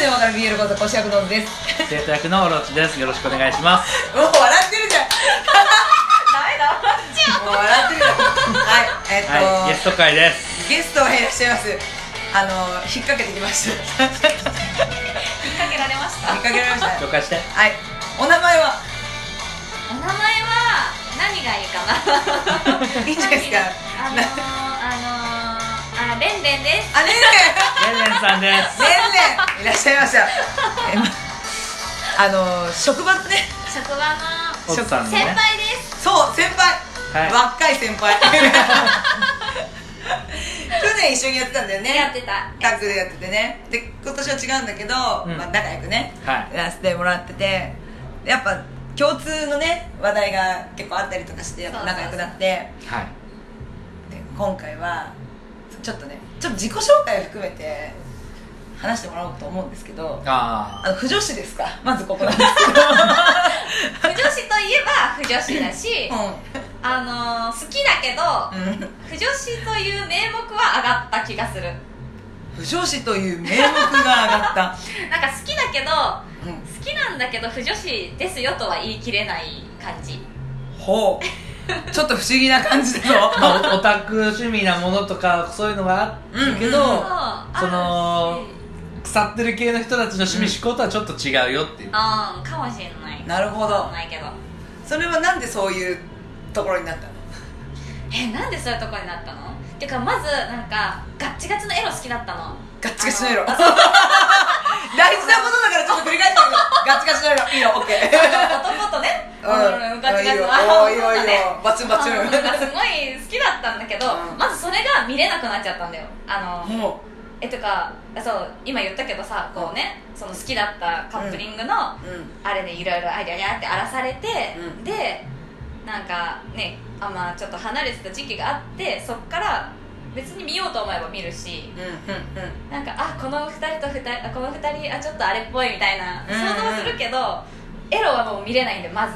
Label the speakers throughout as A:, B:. A: でわかる BL こと、こしゃくのんです。
B: 生徒役のオロチですよろしくお願いします
A: もう笑ってるじゃん。もう笑ってるじゃん。はい、えっと、
B: はいゲスト会です
A: ゲストがいらっしゃいます。あの、引っ掛けてきました。引っ
C: 引っ掛けられました。
A: 掛けられました。
B: 紹介して
A: はい、お名前は、
C: お名前は何がいいかな。
A: いいんじゃないですか
C: あのー、あのー、あ、レンレンです。
A: あれ、ね
B: レンレンさんです
A: ねねいらっしゃいました。えまあの、職場のね、
C: 職場の
B: 奥さんの
C: 先
B: ね
C: 輩です。
A: そう、先輩、
B: はい
A: 若い先 輩。去年一緒にやってたんだよね。
C: やってた。
A: タッグでやっててねで今年は違うんだけど、
B: うん
A: まあ、仲良くね、
B: はい
A: やらせてもらっててやっぱ共通のね話題が結構あったりとかしてやっぱ仲良くなって
B: はい
A: で今回はちょっとねちょっと自己紹介を含めて話してもらおうと思うんですけど
B: あ
A: あの不女子ですかまずここなんです
C: 不女子といえば 不女子だ
A: け
C: し
A: ど、、
C: あのー、好きだけど、
A: うんうん
C: 不女子という名目は上がった気がする。
A: 不女子という名目が上がった、
C: なんか好きだけど、
A: うん
C: 好きなんだけど不女子ですよとは言い切れない感じ。
A: ほうちょっと不思議な感じだぞ
B: ーまあおオ タク趣味なものとかそういうのがあるけど、
A: うんうん
C: そうあ
B: その
C: るし
B: 腐ってる系の人たちの趣味思考とはちょっと違うよっていう、
C: あーかもしれない
A: なるほ
C: わか
A: ど
C: んないけど
A: それはなんでそういうところになったの
C: えなんでそういうとこになったのっていうかまずなんかガッチガチのエロ好きだったの
A: ガッチガチの色大事な ことだからちょっと繰り返してるガッチガチの色いいよオッケー
C: 男とね、
A: うん
C: うんガチガチの
A: おーいいよいい
C: 男と
A: よ
C: ね
A: バチンバチン
C: うんなんかすごい好きだったんだけど、
A: うん
C: まずそれが見れなくなっちゃったんだよあの
A: も
C: えとかそう今言ったけどさこうねその好きだったカップリングの、
A: ううん
C: あれでいろいろありゃりゃって荒らされて、
A: うん
C: でなんかねあまあちょっと離れてた時期があってそっから別に見ようと思えば見るし
A: うんうんうん
C: なんかあこの2人と2人あこの2人あちょっとあれっぽいみたいな
A: うん
C: 想像するけど、エロはもう見れないんでまず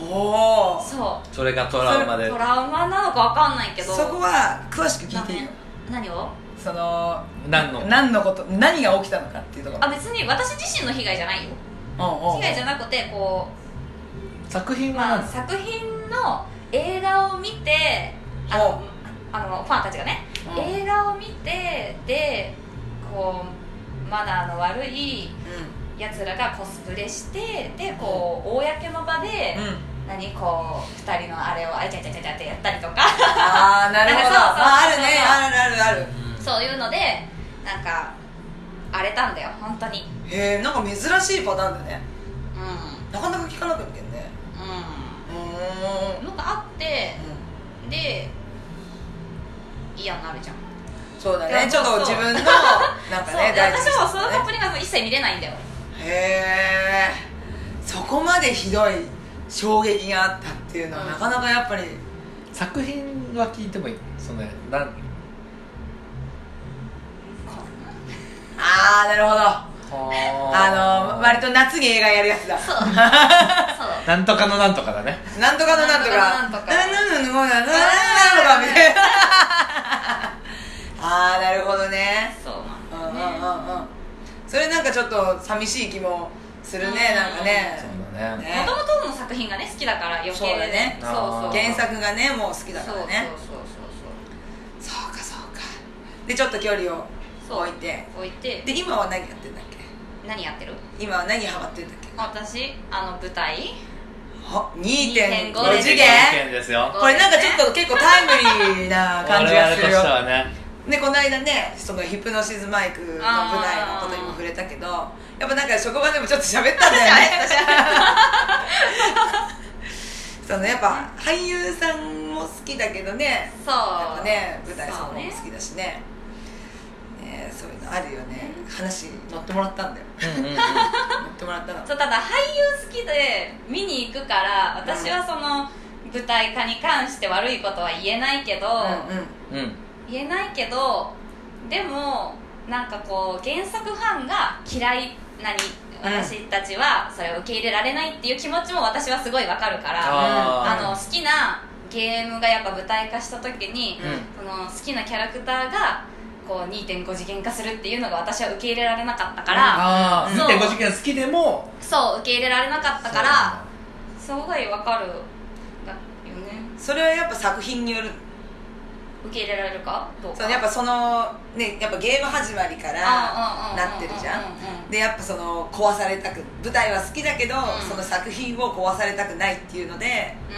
A: おお
C: そ
B: それがトラウマ
C: う
B: で
C: トラウマなのかわかんないけど
A: そこは詳しく聞いていいよ
C: 何を
A: その
B: 何の
A: 何のこと何が起きたのかっていうところ
C: あ別に私自身の被害じゃないよ
A: おうおう
C: 被害じゃなくてこ
B: 作
C: う、
B: 品は
C: まあ、
B: 何ですか
C: 作品の映画を見てあのあのファンたちがね
A: うん
C: 映画を見てでこうマナーの悪いやつらがコスプレしてでこう公の場で、
A: うん、うん、
C: 何こう2人のあれをあいちゃいちゃいちゃいちゃってやったりとか
A: ああなるほど
C: なんかそうそうそう
A: まああるねあるあるある
C: そういうのでなんか荒れたんだよ本当に
A: へえんか珍しいパターンだね
C: うん
A: なかなか聞かなくなけどね
C: う
A: うん
C: のがあって
A: ん
C: で嫌になるじゃん
A: そうだ
C: い
A: ね
C: や
A: ちょっと
C: そうそ
A: 自
C: う
A: 分のなん
C: そ
A: か
C: う
A: ね
C: で
A: 大事
C: 私
A: に
C: も
A: し
C: そ
A: てた
C: のカ
A: ね
C: ップリングはもう一切見れないんだよ
A: へえそこまでひどい衝撃があったっていうのは、
C: うん
A: なかなかやっぱり
B: 作品は聞いてもいいそのなん
A: ああなるほどあ
B: あ
A: の割と夏に映画やるやつだ
C: そうそう
B: なんとかのなんとかだね
A: なんとかのなんとか
C: なんと
A: なんとかなんと
C: かのなんとか
A: かなんとかみたい なああなるほどね
C: そう
A: うんうん
C: な
A: うんん
C: だよね
A: うんそれなんかちょっと寂しい気もするね
C: うん
A: なんか
B: そ
A: ね
B: うだね
A: ね
C: もともとの作品がね好きだから余計
A: そうだね
C: そうそう
A: 原作がねもう好きだからね
C: そうそう
A: そうかそうかでちょっと距離を
C: そうそうそう
A: 置いて
C: 置いて
A: で今は何やってんだっけ
C: 何やってる
A: 今は何ハマってんだっけ
C: 私あの舞台
A: は
C: 5
A: 2.5
C: 次
A: 次
C: 元
A: 元
B: ですよ
A: これなんかちょっと結構タイムリーな感じがするよ
B: 我々としてはね
A: でこの間ねそのヒプノシズマイクの舞台のことにも触れたけどやっぱなんか職場でもちょっと喋ったんだよねそのやっぱ俳優さんも好きだけどねやっ
C: そ
A: ぱ
C: う
A: ね舞台さん
C: そう
A: も
C: ね
A: 好きだしねねそういうのあるよね話乗ってもらったんだよ
B: うんうんうん
A: 乗ってもらったの
C: そうただ俳優好きで見に行くから私はその舞台化に関して悪いことは言えないけど、
A: うんうん
B: うん
C: 言えないけどでもなんかこう原作ファンが嫌いなに私たちはそれを受け入れられないっていう気持ちも私はすごいわかるから
B: あ
C: あ
B: ー
C: の好きなゲームがやっぱ舞台化した時に、
B: うん
C: その好きなキャラクターがこう2.5次元化するっていうのが私は受け入れられなかったから、
B: ああ
C: そう
B: 2.5次元好きでも
C: そう受け入れられなかったからすごいわかるだよね
A: それはやっぱ作品による
C: 受け入れられるかどう
A: そ
C: か
A: のやっぱそのねやっぱゲーム始まりからなってるじゃんでやっぱその壊されたく舞台は好きだけど、
C: うん
A: その作品を壊されたくないっていうので
C: うん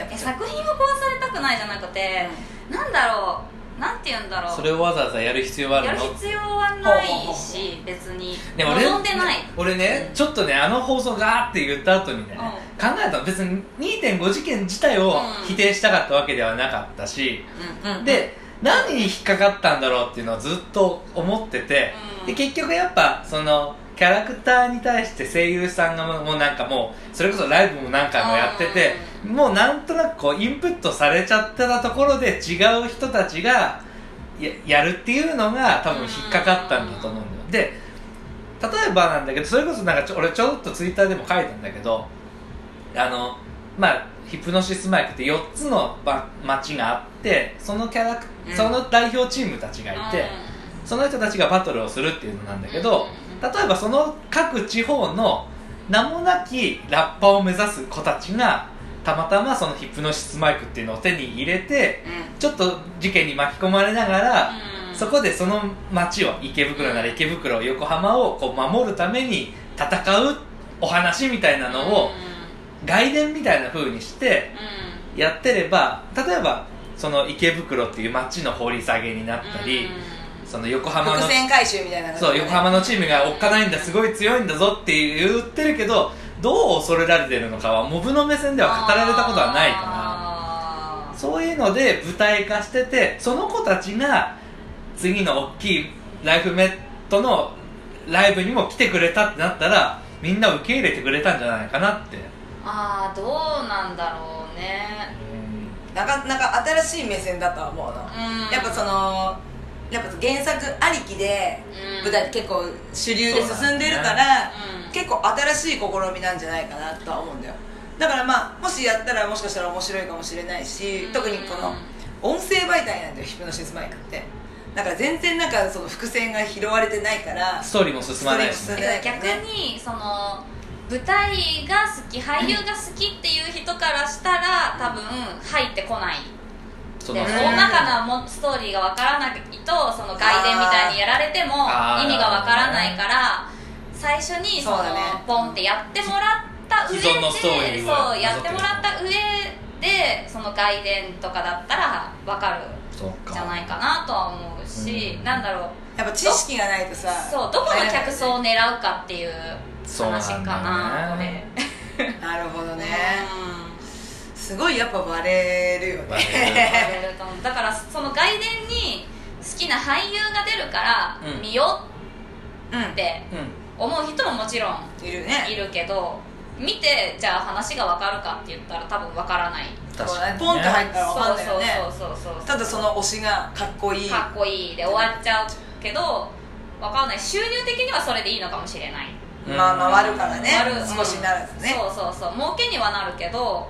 A: やっ
C: うん
A: ぱ
C: え
A: ちょっと
C: 作品を壊されたくないじゃなくて、なんだろうなんて言うんだろう
B: それをわざわざやる必要はあ
C: や
B: る
C: る
B: の
C: 必要はない
A: ほうほうほう
C: し別に
B: でも俺
C: 望んでない
B: 俺ね、ちょっとねあの放送ガーって言った後にね、
C: うん
B: 考えたの別に2.5事件自体を
C: うん
B: 否定したかったわけではなかったし、
A: うんうん
B: で何に引っかかったんだろうっていうのをずっと思ってて、
C: うん
B: で結局やっぱそのキャラクターに対して声優さんがもうもうなんかもうそれこそライブも何回もやってて、もうなんとなくこうインプットされちゃってたところで違う人たちがややるっていうのが多分引っかかったんだと思うんだよ、で例えばなんだけどそれこそなんかちょ俺ちょっとツイッターでも書いたんだけどあのまあヒプノシスマイクって4つのば街があってそのキャラク、
A: うん
B: その代表チームたちがいて、その人たちがバトルをするっていうのなんだけど、例えばその各地方の名もなきラッパーを目指す子たちがたまたまそのヒプノシスマイクっていうのを手に入れてちょっと事件に巻き込まれながら、そこでその町を池袋なら池袋横浜をこう守るために戦うお話みたいなのを外伝みたいな風にしてやってれば例えばその池袋っていう町の掘り下げになったりその横浜の
A: 伏線回収みたいな感じ
B: そう横浜のチームがおっかないんだすごい強いんだぞって言ってるけどどう恐れられてるのかはモブの目線では語られたことはないから。
C: か
B: そういうので舞台化しててその子たちが次の大きいライフメットのライブにも来てくれたってなったらみんな受け入れてくれたんじゃないかなって
C: ああどうなんだろうね
A: なかなか新しい目線だとは思うの、
C: うん
A: やっぱそのやっぱ原作ありきで
C: うん
A: 舞台って結構主流で進んでるか
B: そうな
A: ら、結構新しい試みなんじゃないかなとは思うんだよだからまあもしやったらもしかしたら面白いかもしれないし、特にこの音声媒体なんだよヒプノシスマイクってだから全然なんかその伏線が拾われてないから
B: ストーリーも進まないし、
A: ストーリーも進んで
C: だから逆にその舞台が好き俳優が好きっていう人からしたら多分入ってこない
B: そ
C: で
B: の
C: そ
A: ん
C: の中のもストーリーがわからないとその外伝みたいにやられても
B: あー
C: 意味がわからないから最初にその
A: そうだね
C: ポンってやってもらった上で
B: 既存のストーリーは
C: そうやってもらった上でその外伝とかだったらわかる
B: そっか
C: じゃないかなとは思うし、
B: うん
C: なんだろう
A: やっぱ知識がないとさ
C: そうどこの客層を狙うかっていう
B: そう
C: 話
B: な
C: か
B: んだよね
C: なこれ
A: なるほどね
C: うん
A: すごいやっぱバレるよね
B: バレ
C: 言われると思うだからその外伝に好きな俳優が出るから
B: うん
C: 見ようっ
A: う
C: て思う人ももちろん
A: んいるね
C: いるけど見てじゃあ話が分かるかって言ったら多分分からない
B: 確かにね
A: ポンと入ったら分
C: そ
A: か
C: うん
A: ないよね
C: そうそうそうそう
A: ただその推しがかっこいい
C: かっこいいで終わっちゃうけど分かんない収入的にはそれでいいのかもしれない
B: うん
A: まあ回るからね
C: なる
A: 少しならずね
C: そうそうそう儲けにはなるけど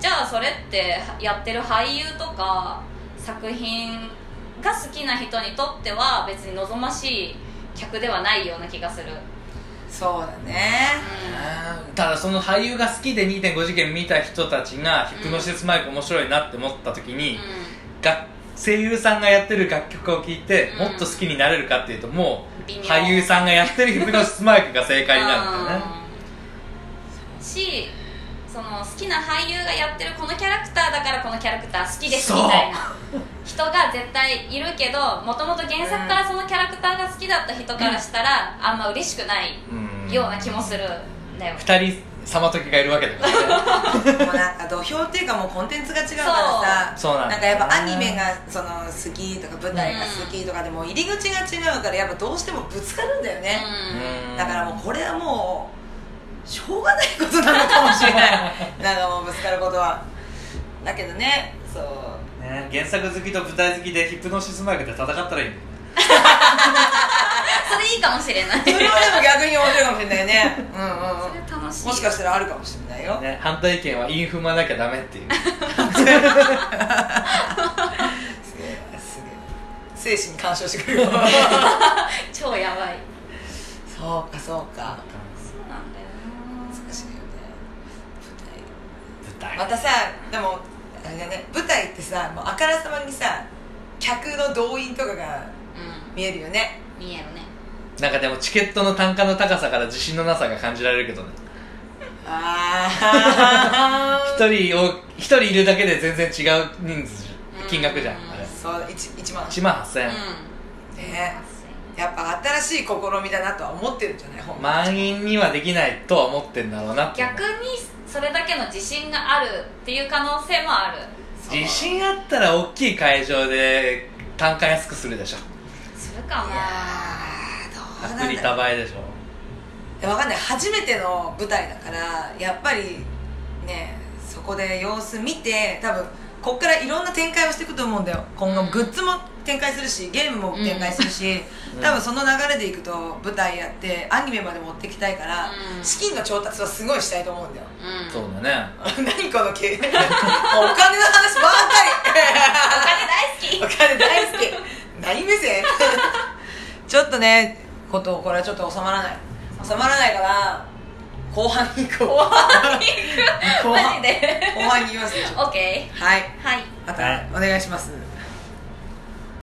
C: じゃあそれってやってる俳優とか作品が好きな人にとっては別に望ましい客ではないような気がする、
A: そうだね
B: あーただその俳優が好きで2.5次元見た人たちがヒプノシスマイク面白いなって思った時に、
C: う
B: が声優さんがやってる楽曲を聴いて、
C: うん
B: もっと好きになれるかっていうともう
C: 微妙
B: 俳優さんがやってるヒプノシスマイクが正
C: ん
B: 解になるんだよね
C: うんしその好きな俳優がやってるこのキャラクターだからこのキャラクター好きですみ
B: そう
C: たいな人が絶対いるけどもともと原作からそのキャラクターが好きだった人からしたら、あんま嬉しくない
B: うん
C: ような気もするんだよ
B: 二人様時がいるわけだからね
A: もうなんか土俵っていうかもうコンテンツが違うからさ
B: そうそうなんだ
A: なんかやっぱアニメがその好きとか舞台が好きとかでも入り口が違うからやっぱどうしてもぶつかるんだよね、
B: うん
A: だからもうこれはもうしょうがないことなのかもしれない なんかもうぶつかることはだけどねそう
B: ね原作好きと舞台好きでヒプノシスマイクで戦ったらいいんだよ
C: それいいかもしれない
A: それはでも逆に面白いかもしれないねうんうんうん
C: 楽しい
A: もしかしたらあるかもしれないよ、
B: ね反対意見はイン踏まなきゃダメっていう
A: すげえすげえ精神干渉してく る
C: 超やばい
A: そうかそうか
C: そうなんだよ
A: 難しいよね舞
B: 舞台
A: 台またさでもあれだね舞台ってさもうあからさまにさ客の動員とかが
C: な
A: 見えるよね
C: うん見えるね
B: なんかでもチケットの単価の高さから自信のなさが感じられるけどね
A: あ
B: 一
A: あ
B: 人を一人いるだけで全然違う人数じ
C: う
B: ゃ
C: ん
B: ん金額じゃんあれ
A: そう一一万
B: 1万8000
C: う
B: 円、
C: ん
A: ねやっぱ新しい試みだなとは思ってるんじゃない本人
B: 満員にはできないとは思ってんだろうなって
C: 逆にそれだけの自信があるっていう可能性もある
A: そう
B: 自信あったら大きい会場で単価安くするでしょ
C: するか
A: いやーどう
B: 薄
A: なん
B: 利
A: だろう
B: 多売でしょ
A: いやわかんない初めての舞台だからやっぱりねそこで様子見て多分こっからいろんな展開をしていくと思うんだよ今後
C: うん
A: グッズも展開するしゲームも展開するし、
B: うん
A: 多分その流れでいくと舞台やってアニメまで持ってきたいから、
C: うん
A: 資金の調達はすごいしたいと思うんだよ
C: なうん
B: そう
C: お
B: だね
A: 何この経営 お金の話ばっかり
C: 金大好き
A: お金大好き 何目線 ちょっとねことこれはちょっと収まらない収まらないから後半に行こう後半に行こう
C: マジで
A: 後半に行きますよ
C: OK
A: はい
C: はい
A: ま
B: は
A: た
B: い
A: お願いします